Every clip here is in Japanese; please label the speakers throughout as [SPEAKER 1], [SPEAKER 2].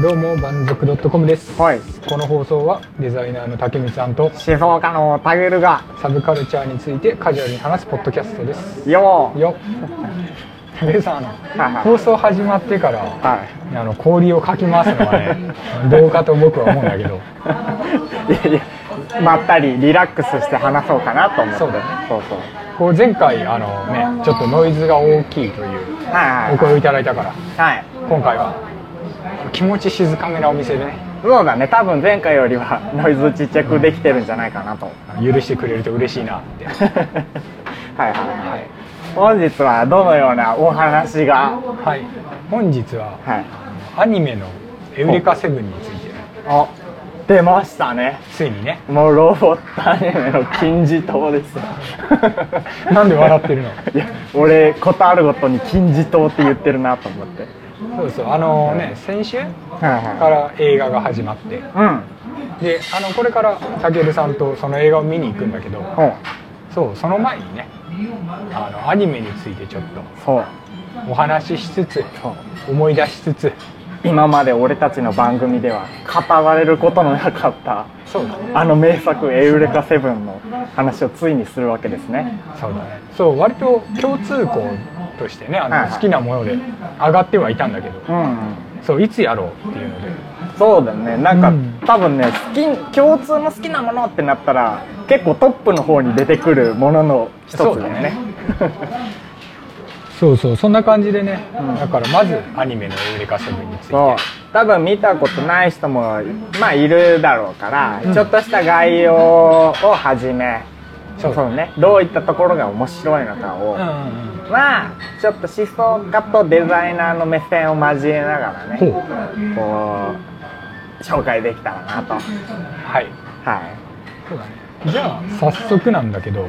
[SPEAKER 1] どうも、バンズクドットコムです。
[SPEAKER 2] はい。
[SPEAKER 1] この放送はデザイナーの竹光さんと
[SPEAKER 2] 静岡のタゲルが、
[SPEAKER 1] サブカルチャーについてカジュアルに話すポッドキャストです。
[SPEAKER 2] よー
[SPEAKER 1] よ っ。でさ、あの、
[SPEAKER 2] はい
[SPEAKER 1] 放送始まってから、
[SPEAKER 2] はい。
[SPEAKER 1] あの、氷をかき回すのはね、 どうかと僕は思うんだけど、
[SPEAKER 2] いやいや、まったりリラックスして話そうかなと思って。
[SPEAKER 1] そうだ
[SPEAKER 2] そうそう。
[SPEAKER 1] こう前回、あのね、ちょっとノイズが大きいという
[SPEAKER 2] はい
[SPEAKER 1] お
[SPEAKER 2] はい
[SPEAKER 1] 声をいただいたから、
[SPEAKER 2] はい。はい。
[SPEAKER 1] 今回は気持ち静かめなお店でね、
[SPEAKER 2] そうだね。多分前回よりはノイズちっちゃくできてるんじゃないかなと。
[SPEAKER 1] 許してくれると嬉しいなって。
[SPEAKER 2] はいはい
[SPEAKER 1] はい
[SPEAKER 2] はい。本日はどのようなお話が、
[SPEAKER 1] はい、本日は
[SPEAKER 2] はい。
[SPEAKER 1] アニメの「エウレカセブン」について
[SPEAKER 2] あ、出ましたね。
[SPEAKER 1] ついにね
[SPEAKER 2] もうロボットアニメの金字塔ですよ
[SPEAKER 1] なんで笑ってるの
[SPEAKER 2] いや俺ことあるごとに金字塔って言ってるなと思って
[SPEAKER 1] そうそうあのね先週か
[SPEAKER 2] は
[SPEAKER 1] ら映画が始まって
[SPEAKER 2] いはい
[SPEAKER 1] であのこれからたけるさんとその映画を見に行くんだけど
[SPEAKER 2] うん
[SPEAKER 1] そうその前にねあのアニメについてちょっと
[SPEAKER 2] そう
[SPEAKER 1] お話ししつつ
[SPEAKER 2] そう
[SPEAKER 1] 思い出しつつ
[SPEAKER 2] 今まで俺たちの番組では語られることのなかった
[SPEAKER 1] そうだね
[SPEAKER 2] あの名作「エウレカセブン」の話をついにするわけですね
[SPEAKER 1] そうだねそう割と共通項としてねあ
[SPEAKER 2] はいはい
[SPEAKER 1] の好きなもので上がってはいたんだけど
[SPEAKER 2] うん、
[SPEAKER 1] そういつやろうっていうので
[SPEAKER 2] そうだねなんか、
[SPEAKER 1] うん
[SPEAKER 2] 多分ね好き共通の好きなものってなったら結構トップの方に出てくるものの一つだ
[SPEAKER 1] そうだ
[SPEAKER 2] ね
[SPEAKER 1] ね そうそうそんな感じでね、
[SPEAKER 2] うん
[SPEAKER 1] だからまずアニメの「エウレカセブン」について
[SPEAKER 2] そう多分見たことない人もまあいるだろうから、ちょっとした概要をはじめ
[SPEAKER 1] そう
[SPEAKER 2] そうねどういったところが面白いのかを、
[SPEAKER 1] うんうん
[SPEAKER 2] まあちょっと思想家とデザイナーの目線を交えながらね
[SPEAKER 1] ほう
[SPEAKER 2] こう紹介できたらなと
[SPEAKER 1] はい
[SPEAKER 2] はい
[SPEAKER 1] そうだねじゃあ早速なんだけど、
[SPEAKER 2] お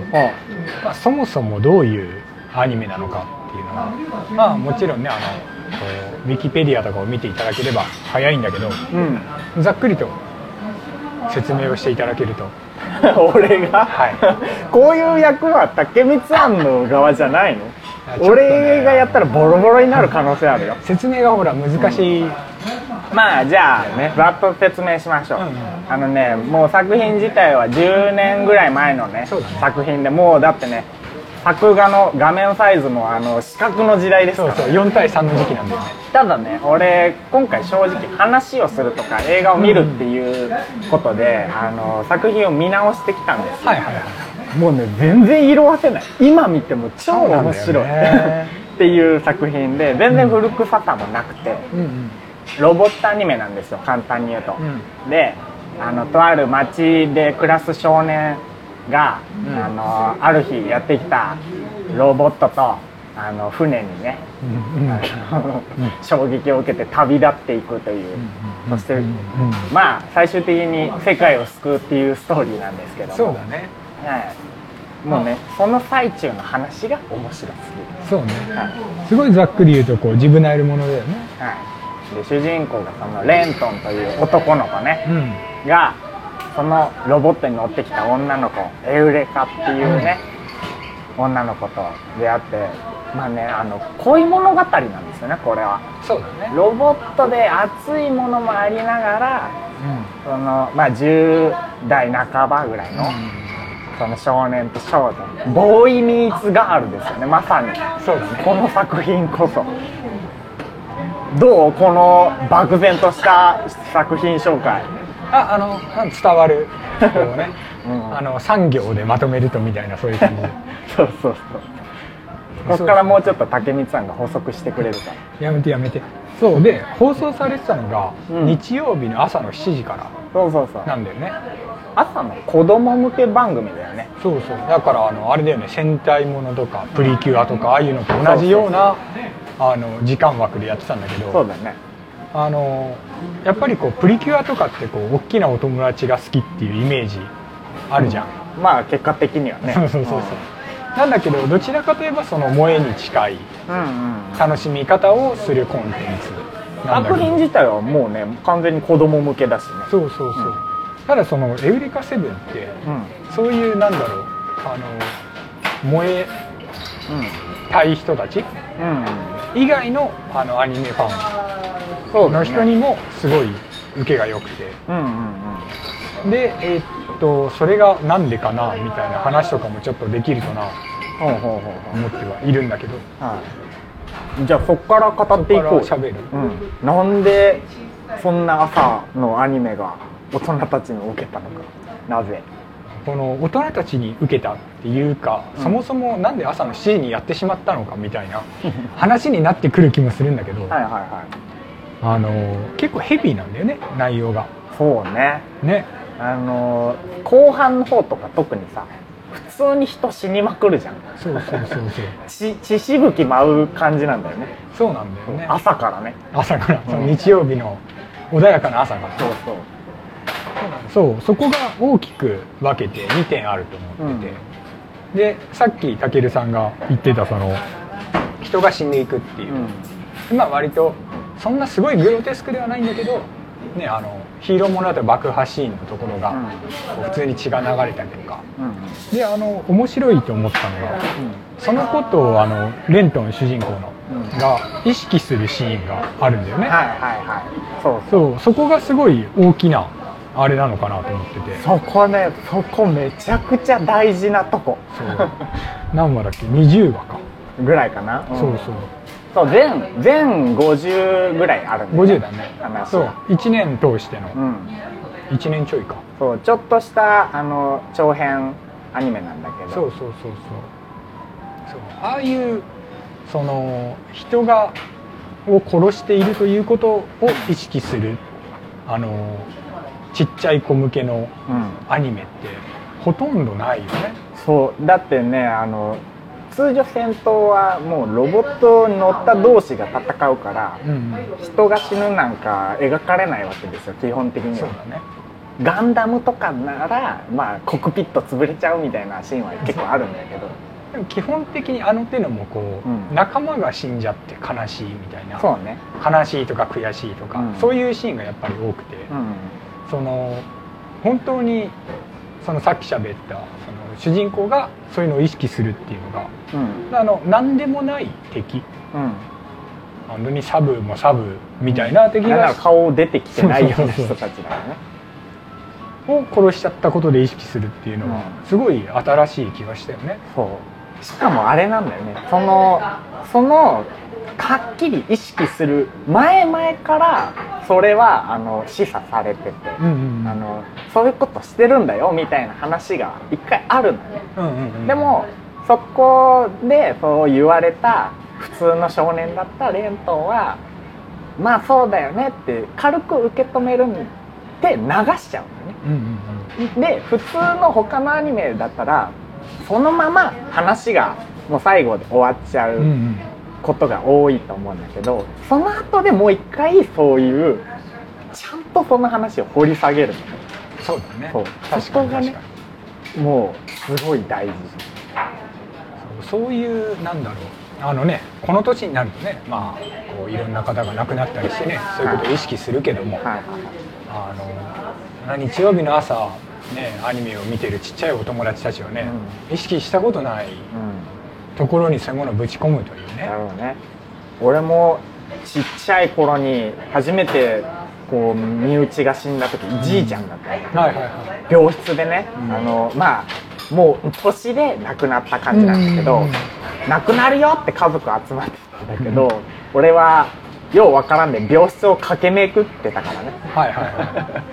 [SPEAKER 1] まあ、そもそもどういうアニメなのかっていうのはまあもちろんねあのこうウィキペディアとかを見ていただければ早いんだけど
[SPEAKER 2] うん
[SPEAKER 1] ざっくりと説明をしていただけると
[SPEAKER 2] 俺が、
[SPEAKER 1] は
[SPEAKER 2] こういう役は竹光さんの側じゃないの、
[SPEAKER 1] やちょっとね
[SPEAKER 2] 俺がやったらボロボロになる可能性あるよ
[SPEAKER 1] 説明がほら難しい、
[SPEAKER 2] まあじゃあねざっと説明しましょう、
[SPEAKER 1] うんうん
[SPEAKER 2] あのねもう作品自体は10年ぐらい前のね
[SPEAKER 1] そうだね
[SPEAKER 2] 作品でもうだってね作画の画面サイズもあの四角の時代ですか
[SPEAKER 1] そう
[SPEAKER 2] ら
[SPEAKER 1] そう4対3の時期なんだよね
[SPEAKER 2] ただね俺今回正直話をするとか映画を見るっていうことで、あの作品を見直してきたんですよ
[SPEAKER 1] はいはいはい
[SPEAKER 2] もうね全然色褪せない今見ても超面
[SPEAKER 1] そう
[SPEAKER 2] 白い、
[SPEAKER 1] なんだよね
[SPEAKER 2] っていう作品で全然古臭さもなくて、
[SPEAKER 1] うんうん
[SPEAKER 2] ロボットアニメなんですよ簡単に言うと、
[SPEAKER 1] う
[SPEAKER 2] であのとある町で暮らす少年が、
[SPEAKER 1] うん
[SPEAKER 2] あのある日やってきたロボットとあの船にね
[SPEAKER 1] うんうん
[SPEAKER 2] 衝撃を受けて旅立っていくという、そして、
[SPEAKER 1] うん
[SPEAKER 2] まあ最終的に世界を救うっていうストーリーなんですけども
[SPEAKER 1] そうだね
[SPEAKER 2] はい、もうねその最中の話が面白すぎる
[SPEAKER 1] そうね
[SPEAKER 2] はい
[SPEAKER 1] すごいざっくり言うとこう自分のやるものだよね
[SPEAKER 2] はい、で主人公がそのレントンという男の子ね、
[SPEAKER 1] ん
[SPEAKER 2] がそのロボットに乗ってきた女の子エウレカっていうね、女の子と出会ってまあねあの恋物語なんですよねこれは
[SPEAKER 1] そうだね
[SPEAKER 2] ロボットで熱いものもありながらそのまあ10代半ばぐらいの、その少年と少女ボーイミーツガールですよねまさに
[SPEAKER 1] そうだね
[SPEAKER 2] この作品こそどうこの漠然とした作品紹介
[SPEAKER 1] ああの伝わるこうね
[SPEAKER 2] うん
[SPEAKER 1] あの産業でまとめるとみたいなそういう感じ
[SPEAKER 2] そうそう そうここからもうちょっと竹光さんが補足してくれるか
[SPEAKER 1] やめてやめてそうで放送されてたのが
[SPEAKER 2] うん
[SPEAKER 1] 日曜日の朝の7時から
[SPEAKER 2] そうそうそ
[SPEAKER 1] ら
[SPEAKER 2] う
[SPEAKER 1] なんだよね
[SPEAKER 2] 朝の子供向け番組だよね
[SPEAKER 1] そうそうだからあのあれだよね戦隊ものとかプリキュアとかああいうのと同じようなあの時間枠でやってたんだけど
[SPEAKER 2] そうだね
[SPEAKER 1] あのやっぱりこうプリキュアとかってこう大きなお友達が好きっていうイメージあるじゃん、
[SPEAKER 2] まあ結果的には ね
[SPEAKER 1] そうそうそうそうなんだけどどちらかといえばその萌えに近い
[SPEAKER 2] うんうん
[SPEAKER 1] 楽しみ方をするコンテンツなんだ
[SPEAKER 2] 作
[SPEAKER 1] け
[SPEAKER 2] 品
[SPEAKER 1] ど
[SPEAKER 2] 自体はもうね完全に子供向けだしね
[SPEAKER 1] そうそうそう、ただその「エウレカセブン」って
[SPEAKER 2] うんうん
[SPEAKER 1] そういうなんだろうあの萌えたい人たち
[SPEAKER 2] うん
[SPEAKER 1] 以外のあのアニメファン
[SPEAKER 2] そうだ
[SPEAKER 1] の
[SPEAKER 2] ね
[SPEAKER 1] 人にもすごい受けが良くて、
[SPEAKER 2] うんうんうん
[SPEAKER 1] でえーっとそれがなんでかなみたいな話とかもちょっとできるとな
[SPEAKER 2] ほうほうほうほ
[SPEAKER 1] 思ってはいるんだけど
[SPEAKER 2] うはいじゃあそっから語っていこう
[SPEAKER 1] そっから喋る
[SPEAKER 2] うん、なんでそんな朝のアニメが大人たちに受けたのかなぜ
[SPEAKER 1] この大人たちに受けたっていうか、
[SPEAKER 2] うん
[SPEAKER 1] そもそもなんで朝の7時にやってしまったのかみた いな話になってくる気もするんだけど、
[SPEAKER 2] はいはいはい
[SPEAKER 1] あの結構ヘビーなんだよね内容が。
[SPEAKER 2] そうね
[SPEAKER 1] ね
[SPEAKER 2] あのー後半の方とか特にさ普通に人死にまくるじゃん
[SPEAKER 1] そうそう そうそう
[SPEAKER 2] 血血しぶき舞う感じなんだよね
[SPEAKER 1] そうなんだよね
[SPEAKER 2] 朝からね
[SPEAKER 1] 朝から
[SPEAKER 2] うん
[SPEAKER 1] その日曜日の穏やかな朝から
[SPEAKER 2] そうそう
[SPEAKER 1] そうそこが大きく分けて2点あると思ってて、でさっきたけるさんが言ってたその人が死んでいくっていう、今割とそんなすごいグロテスクではないんだけど、ね、あのヒーローものだと爆破シーンのところが、
[SPEAKER 2] うん
[SPEAKER 1] こう普通に血が流れたりとか
[SPEAKER 2] うんうん
[SPEAKER 1] であの面白いと思ったのが
[SPEAKER 2] うん
[SPEAKER 1] そのことをあのレントン主人公の、
[SPEAKER 2] うん
[SPEAKER 1] が意識するシーンがあるんだよね、
[SPEAKER 2] はいはいはいそうそう
[SPEAKER 1] そうそこがすごい大きなあれなのかなと思ってて
[SPEAKER 2] そこねそこめちゃくちゃ大事なとこ
[SPEAKER 1] そう何話だっけ20話か、
[SPEAKER 2] ぐらいかな、ん
[SPEAKER 1] そうそう
[SPEAKER 2] そう全全50ぐらいあるんよ
[SPEAKER 1] 50だね
[SPEAKER 2] 話
[SPEAKER 1] そう1年通しての
[SPEAKER 2] うん
[SPEAKER 1] 1年ちょいか
[SPEAKER 2] そうちょっとしたあの長編アニメなんだけど
[SPEAKER 1] そうそうそうそうそうああいうその人がを殺しているということを意識するあのちっちゃい子向けの
[SPEAKER 2] うん、
[SPEAKER 1] アニメってほとんどないよね
[SPEAKER 2] そうだってねあの通常戦闘はもうロボットに乗った同士が戦うから
[SPEAKER 1] うん
[SPEAKER 2] 人が死ぬなんか描かれないわけですよ基本的に
[SPEAKER 1] そう
[SPEAKER 2] は
[SPEAKER 1] だね
[SPEAKER 2] ガンダムとかなら、まあ、コックピット潰れちゃうみたいなシーンは結構あるんだけど
[SPEAKER 1] でも基本的にあの手のもこう、
[SPEAKER 2] うん
[SPEAKER 1] 仲間が死んじゃって悲しいみたいな
[SPEAKER 2] そうね
[SPEAKER 1] 悲しいとか悔しいとか、
[SPEAKER 2] うん
[SPEAKER 1] そういうシーンがやっぱり多くて、
[SPEAKER 2] うん
[SPEAKER 1] その本当にそのさっき喋ったその主人公がそういうのを意識するっていうの
[SPEAKER 2] うん
[SPEAKER 1] があの何でもない敵
[SPEAKER 2] うん
[SPEAKER 1] 本当にサブもサブみたいな敵
[SPEAKER 2] だから
[SPEAKER 1] が
[SPEAKER 2] 顔出てきてないような
[SPEAKER 1] そうそうそ
[SPEAKER 2] 人
[SPEAKER 1] う
[SPEAKER 2] たちだからね
[SPEAKER 1] を殺しちゃったことで意識するっていうのは
[SPEAKER 2] うん
[SPEAKER 1] すごい新しい気がしたよね。
[SPEAKER 2] そうしかもあれなんだよねそのそのはっきり意識する前々からそれはあの示唆されてて、
[SPEAKER 1] うん
[SPEAKER 2] あのそういうことしてるんだよみたいな話が一回あるのね、
[SPEAKER 1] うんうんうん
[SPEAKER 2] でもそこでそう言われた普通の少年だったレントンはまあそうだよねって軽く受け止めるんで流しちゃうのね
[SPEAKER 1] うんうん
[SPEAKER 2] で普通の他のアニメだったらそのまま話がもう最後で終わっちゃ
[SPEAKER 1] うんうんう
[SPEAKER 2] うんことが多いと思うんだけど、その後でもう一回そういうちゃんとその話を掘り下げるのね
[SPEAKER 1] そうだね
[SPEAKER 2] そう
[SPEAKER 1] 確かに
[SPEAKER 2] そこがね
[SPEAKER 1] 確かに
[SPEAKER 2] もうすごい大事
[SPEAKER 1] そうそういうなんだろうあのねこの年になるとねまあこういろんな方が亡くなったりしてねそういうことを意識するけども、
[SPEAKER 2] はい
[SPEAKER 1] あの日曜日の朝、ね、アニメを見てるちっちゃいお友達たちはね、意識したことない
[SPEAKER 2] うん
[SPEAKER 1] ところにそういうものをぶち込むというね
[SPEAKER 2] なるほどね俺もちっちゃい頃に初めてこう身内が死んだ時じいちゃんだったの
[SPEAKER 1] はいはいはい
[SPEAKER 2] 病室でね、
[SPEAKER 1] うん
[SPEAKER 2] あのまあもう年で亡くなった感じなんだけど、
[SPEAKER 1] うんうん
[SPEAKER 2] 亡くなるよって家族集まってたんだけど、俺はようわからんで病室を駆け巡ってたからね
[SPEAKER 1] はいは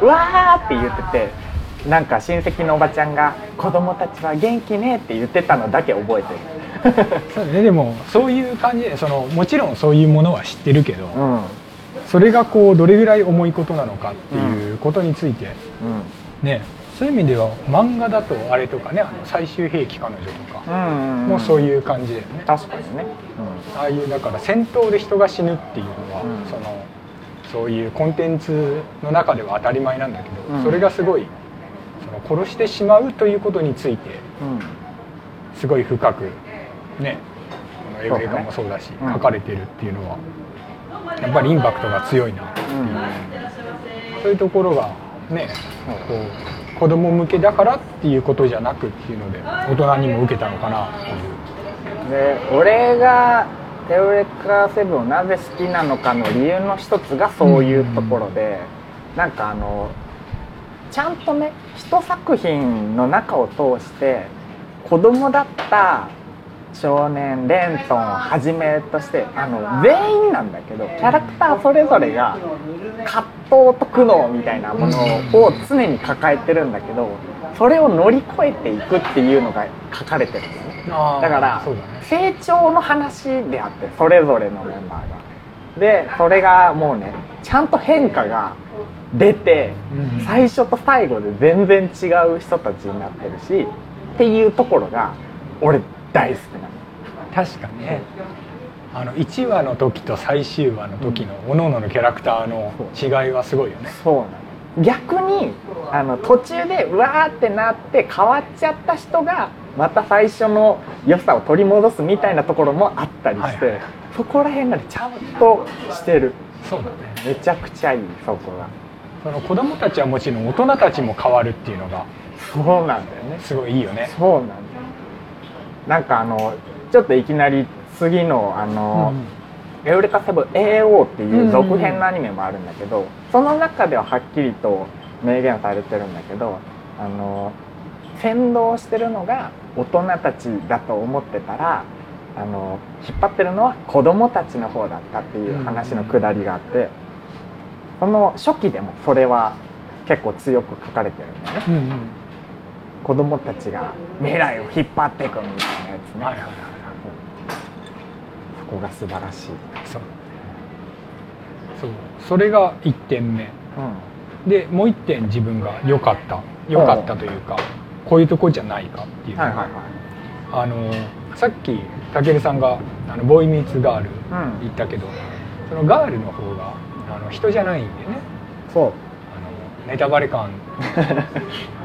[SPEAKER 2] うわーって言っててなんか親戚のおばちゃんが「子供たちは元気ね」って言ってたのだけ覚えて る
[SPEAKER 1] い そうねでもそういう感じでそのもちろんそういうものは知ってるけど、
[SPEAKER 2] うんうん
[SPEAKER 1] それがこうどれぐらい重いことなのかっていうことについて、ねそういう意味では漫画だとあれとかねあの最終兵器彼女と
[SPEAKER 2] う
[SPEAKER 1] か
[SPEAKER 2] ん
[SPEAKER 1] もうそう
[SPEAKER 2] う
[SPEAKER 1] いう感じだよね、
[SPEAKER 2] 確かにね、
[SPEAKER 1] ああいうだから戦闘で人が死ぬっていうのは、
[SPEAKER 2] うん
[SPEAKER 1] そのそういうコンテンツの中では当たり前なんだけど、
[SPEAKER 2] うん
[SPEAKER 1] それがすごいその殺してしまうということについて
[SPEAKER 2] うんうん
[SPEAKER 1] すごい深くねこの
[SPEAKER 2] そうだね
[SPEAKER 1] 映画もそうだし
[SPEAKER 2] うん
[SPEAKER 1] 書かれてるっていうのはやっぱりインパクトが強いな
[SPEAKER 2] うん
[SPEAKER 1] そういうところがねこう子供向けだからっていうことじゃなくっていうので大人にも受けたのかなっていう。
[SPEAKER 2] で俺がテオレカセブンをなぜ好きなのかの理由の一つがそういうところで、なんかあのちゃんとね一作品の中を通して子供だった少年レントンをはじめとしてあの全員なんだけどキャラクターそれぞれが葛藤と苦悩みたいなものを常に抱えてるんだけどそれを乗り越えていくっていうのが書かれてるんですね
[SPEAKER 1] あー
[SPEAKER 2] だから
[SPEAKER 1] そうだね
[SPEAKER 2] 成長の話であってそれぞれのメンバーがでそれがもうねちゃんと変化が出て
[SPEAKER 1] うん
[SPEAKER 2] 最初と最後で全然違う人たちになってるしっていうところが俺大好きなの
[SPEAKER 1] 確かにねあの1話の時と最終話の時の各々のキャラクターの違いはすごいよね
[SPEAKER 2] そうなの逆にあの途中でうわーってなって変わっちゃった人がまた最初の良さを取り戻すみたいなところもあったりして、
[SPEAKER 1] はい
[SPEAKER 2] そこら辺がねちゃんとしてる
[SPEAKER 1] そうだね
[SPEAKER 2] めちゃくちゃいいそこが
[SPEAKER 1] その子供たちはもちろん大人たちも変わるっていうのが
[SPEAKER 2] そうなんだよね
[SPEAKER 1] すごいいいよね
[SPEAKER 2] そうなんだよなんかあのちょっといきなり次のあの、エウレカセブン AO っていう続編のアニメもあるんだけど、その中でははっきりと明言されてるんだけどあの先導してるのが大人たちだと思ってたらあの引っ張ってるのは子供たちの方だったっていう話のくだりがあって、その初期でもそれは結構強く書かれてるんだよね
[SPEAKER 1] うんうん
[SPEAKER 2] 子供たちが未来を引っ張っていくみたいなやつね、
[SPEAKER 1] はいはいはい
[SPEAKER 2] そこが素晴らしい、
[SPEAKER 1] そうそうそれが1点目でもう1点自分が良かった良かったというかこういうとこじゃないかっていうのが、あのさっきたけるさんがあのボーイミーツガール
[SPEAKER 2] うん
[SPEAKER 1] 言ったけどそのガールの方があの人じゃないんでね
[SPEAKER 2] そう
[SPEAKER 1] あのネタバレ 感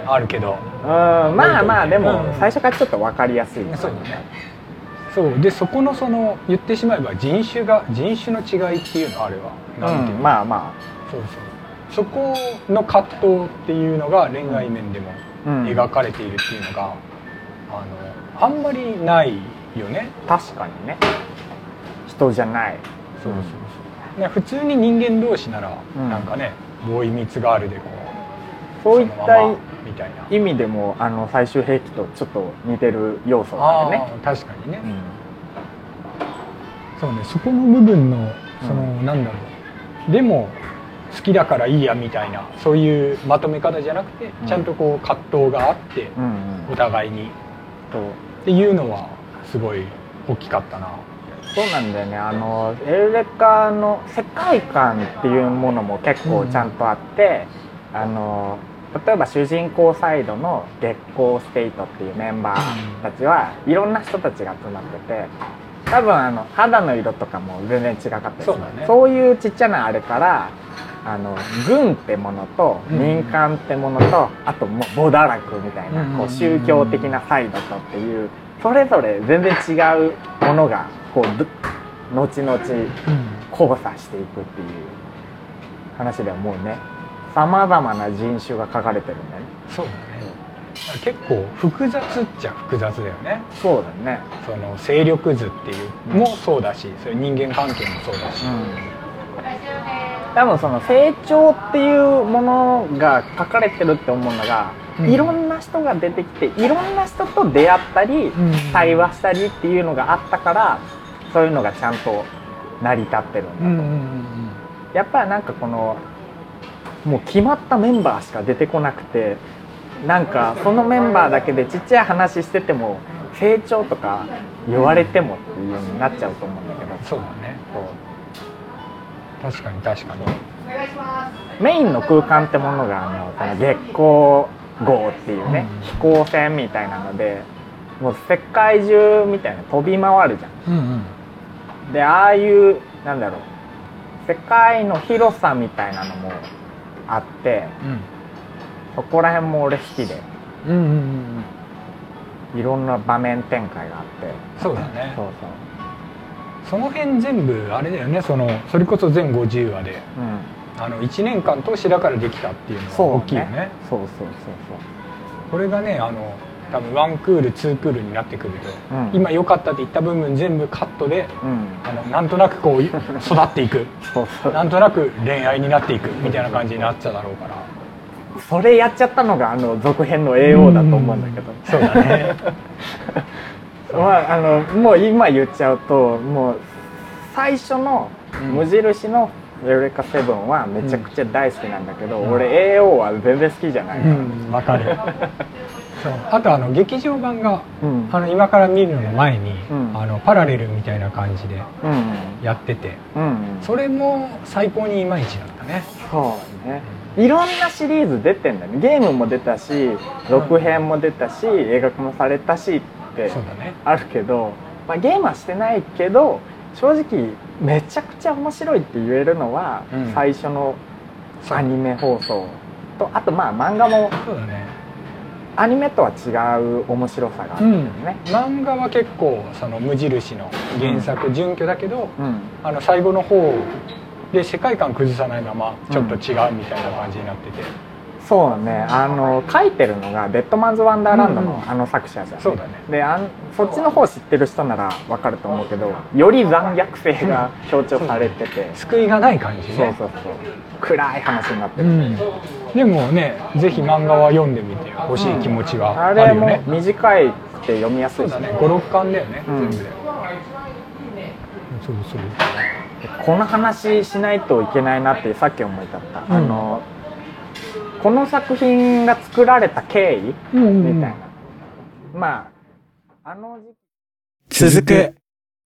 [SPEAKER 1] あるけど
[SPEAKER 2] うんまあまあでも
[SPEAKER 1] うん
[SPEAKER 2] 最初からちょっと分かりやすい
[SPEAKER 1] そうだねそうでそこのその言ってしまえば人種が人種の違いっていうのあれはなんていううんの、
[SPEAKER 2] まあま
[SPEAKER 1] そうそうそこの葛藤っていうのが恋愛面でも
[SPEAKER 2] あ、うん、
[SPEAKER 1] 描かれているっていうのが、あのあんまりないよね
[SPEAKER 2] 確かにね人じゃない
[SPEAKER 1] そうそうそうね普通に人間同士なら、
[SPEAKER 2] うん
[SPEAKER 1] なんかねボーイミーツガールでこう
[SPEAKER 2] そういっ
[SPEAKER 1] その
[SPEAKER 2] た
[SPEAKER 1] ままみたいな
[SPEAKER 2] 意味でもあの最終兵器とちょっと似てる要素があるね
[SPEAKER 1] あー確かにね、
[SPEAKER 2] うん
[SPEAKER 1] そうねそこの部分のその、
[SPEAKER 2] う
[SPEAKER 1] なんだろうでも好きだからいいやみたいなそういうまとめ方じゃなくて、
[SPEAKER 2] うん
[SPEAKER 1] ちゃんとこう葛藤があって、
[SPEAKER 2] うんうん
[SPEAKER 1] お互いに
[SPEAKER 2] と
[SPEAKER 1] っていうのはすごい大きかったな
[SPEAKER 2] そうなんだよねあのエルレカの世界観っていうものも結構ちゃんとあって、あの例えば主人公サイドの月光ステイトっていうメンバーたちはいろんな人たちが集まってて多分あの肌の色とかも全然違かったりする
[SPEAKER 1] そうだね
[SPEAKER 2] そういうちっちゃなあれからあの軍ってものと
[SPEAKER 1] うん
[SPEAKER 2] 民間ってものと、あともうボダラクみたいな、こ
[SPEAKER 1] うん
[SPEAKER 2] う宗教的なサイドとっていうそれぞれ全然違うものがこうど後々交差していくっていう話ではもうねさまざまな人種が書かれてるんだね
[SPEAKER 1] そうだねだから結構複雑っちゃ複雑だよね
[SPEAKER 2] そうだね
[SPEAKER 1] その勢力図っていう
[SPEAKER 2] うん
[SPEAKER 1] もそうだし、それ人間関係もそうだし、
[SPEAKER 2] 多分その成長っていうものが書かれてるって思うのが、
[SPEAKER 1] うん
[SPEAKER 2] いろんな人が出てきていろんな人と出会ったり、対話したりっていうのがあったからそういうのがちゃんと成り立ってるんだと
[SPEAKER 1] う
[SPEAKER 2] 思う、
[SPEAKER 1] んうんうん
[SPEAKER 2] やっぱりなんかこのもう決まったメンバーしか出てこなくてなんかそのメンバーだけでちっちゃい話してても成長とか言われてもっていうようになっちゃうと思うんだけど
[SPEAKER 1] うんそうだね
[SPEAKER 2] そう
[SPEAKER 1] 確かに確かに
[SPEAKER 2] メインの空間ってものがあのこの月光号っていうね
[SPEAKER 1] うん
[SPEAKER 2] 飛行船みたいなのでもう世界中みたいな飛び回るじゃん。
[SPEAKER 1] うんうん
[SPEAKER 2] でああいうなんだろう世界の広さみたいなのもあってそこら辺も俺好きで
[SPEAKER 1] うんうんうんうん
[SPEAKER 2] いろんな場面展開があって
[SPEAKER 1] そうだね
[SPEAKER 2] そう
[SPEAKER 1] その辺全部あれだよねそのそれこそ全50話で
[SPEAKER 2] そううん
[SPEAKER 1] あの1年間通してだからできたっていうのが
[SPEAKER 2] そう
[SPEAKER 1] 大きいよね
[SPEAKER 2] そうそうそう
[SPEAKER 1] これがねあの多分ワンクールツークールになってくると、
[SPEAKER 2] うん
[SPEAKER 1] 今良かったって言った部分全部カットで、
[SPEAKER 2] うん
[SPEAKER 1] あのなんとなくこうい育っていく
[SPEAKER 2] そうそう
[SPEAKER 1] なんとなく恋愛になっていくみたいな感じになっちゃうだろうから
[SPEAKER 2] それやっちゃったのがあの続編の AO だと思うんだけど、
[SPEAKER 1] そうだね
[SPEAKER 2] まあ、あのもう今言っちゃうともう最初の
[SPEAKER 1] うん
[SPEAKER 2] 無印のエウレカセブンはめちゃくちゃ大好きなんだけど、
[SPEAKER 1] うん
[SPEAKER 2] 俺 AO は全然好きじゃない、
[SPEAKER 1] うんわかるそうあとあの劇場版が
[SPEAKER 2] うん
[SPEAKER 1] あの今から見るのの前に、
[SPEAKER 2] うん
[SPEAKER 1] あのパラレルみたいな感じで
[SPEAKER 2] うん
[SPEAKER 1] やってて
[SPEAKER 2] うん
[SPEAKER 1] それも最高にいまいちだったね
[SPEAKER 2] そうねいろんなシリーズ出てんだねゲームも出たし続編も出たし映画化もされたしって
[SPEAKER 1] そうだね
[SPEAKER 2] あるけど、まあ、ゲームはしてないけど正直めちゃくちゃ面白いって言えるのは、
[SPEAKER 1] うん
[SPEAKER 2] 最初の
[SPEAKER 1] そう
[SPEAKER 2] アニメ放送とあとまあ漫画も
[SPEAKER 1] そうだね
[SPEAKER 2] アニメとは違う面白さがある
[SPEAKER 1] うんん
[SPEAKER 2] だよね。
[SPEAKER 1] 漫画は結構その無印の原作準拠だけど
[SPEAKER 2] うん
[SPEAKER 1] あの最後の方で世界観崩さないままちょっと違うみたいな感じになってて、
[SPEAKER 2] そうねあの書いてるのが「デッドマンズ・ワンダーランド」
[SPEAKER 1] うん
[SPEAKER 2] の
[SPEAKER 1] うん
[SPEAKER 2] あの作者じゃん、
[SPEAKER 1] そうだね
[SPEAKER 2] であんそっちの方知ってる人ならわかると思うけどより残虐性が強調されてて
[SPEAKER 1] 救いがない感じね
[SPEAKER 2] そうそうそう暗い話になって
[SPEAKER 1] う
[SPEAKER 2] る、
[SPEAKER 1] ん、でもねぜひ漫画は読んでみてほしい気持ちは
[SPEAKER 2] あ
[SPEAKER 1] ある
[SPEAKER 2] れ
[SPEAKER 1] よ
[SPEAKER 2] も
[SPEAKER 1] ね、
[SPEAKER 2] 短いくて読みやす
[SPEAKER 1] そう
[SPEAKER 2] いし
[SPEAKER 1] だね56巻だよね、
[SPEAKER 2] うん
[SPEAKER 1] 全部でそうそう
[SPEAKER 2] この話しないといけないなってさっき思い立った、
[SPEAKER 1] うん
[SPEAKER 2] あのこの作品が作られた経緯
[SPEAKER 1] うんうんうん
[SPEAKER 2] みたいな、まああの時期
[SPEAKER 3] 続く